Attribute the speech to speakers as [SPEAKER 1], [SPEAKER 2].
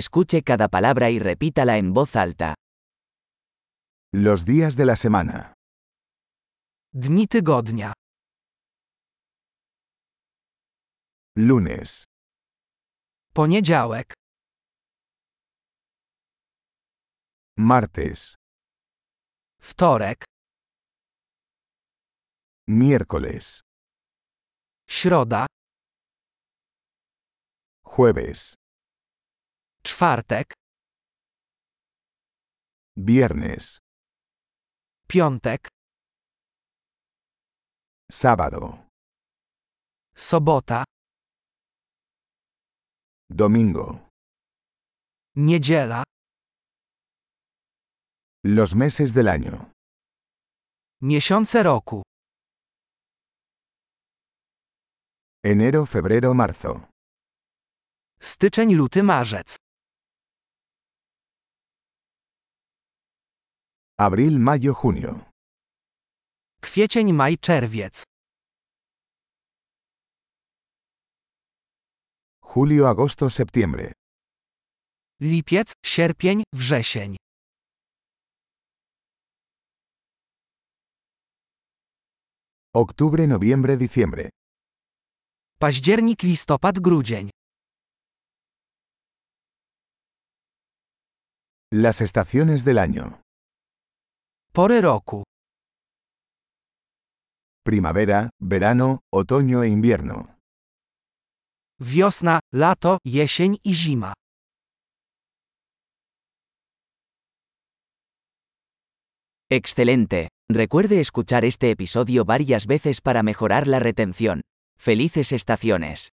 [SPEAKER 1] Escuche cada palabra y repítala en voz alta.
[SPEAKER 2] Los días de la semana.
[SPEAKER 3] Dni tygodnia.
[SPEAKER 2] Lunes,
[SPEAKER 3] Poniedziałek,
[SPEAKER 2] martes,
[SPEAKER 3] wtorek,
[SPEAKER 2] miércoles,
[SPEAKER 3] środa,
[SPEAKER 2] jueves,
[SPEAKER 3] czwartek,
[SPEAKER 2] viernes,
[SPEAKER 3] piątek,
[SPEAKER 2] sábado,
[SPEAKER 3] sobota,
[SPEAKER 2] domingo.
[SPEAKER 3] niedziela,
[SPEAKER 2] Los meses del año.
[SPEAKER 3] miesiące roku.
[SPEAKER 2] Enero, febrero, marzo.
[SPEAKER 3] Styczeń, luty, marzec.
[SPEAKER 2] Abril, mayo, junio.
[SPEAKER 3] Kwiecień, maj, czerwiec.
[SPEAKER 2] Julio, agosto, septiembre.
[SPEAKER 3] Lipiec, sierpień, wrzesień.
[SPEAKER 2] Octubre, noviembre, diciembre.
[SPEAKER 3] Październik, listopad, grudzień.
[SPEAKER 2] Las estaciones del año.
[SPEAKER 3] Pory roku.
[SPEAKER 2] Primavera, verano, otoño e invierno.
[SPEAKER 3] Wiosna, lato, jesień i zima.
[SPEAKER 1] Excelente. Recuerde escuchar este episodio varias veces para mejorar la retención. Felices estaciones.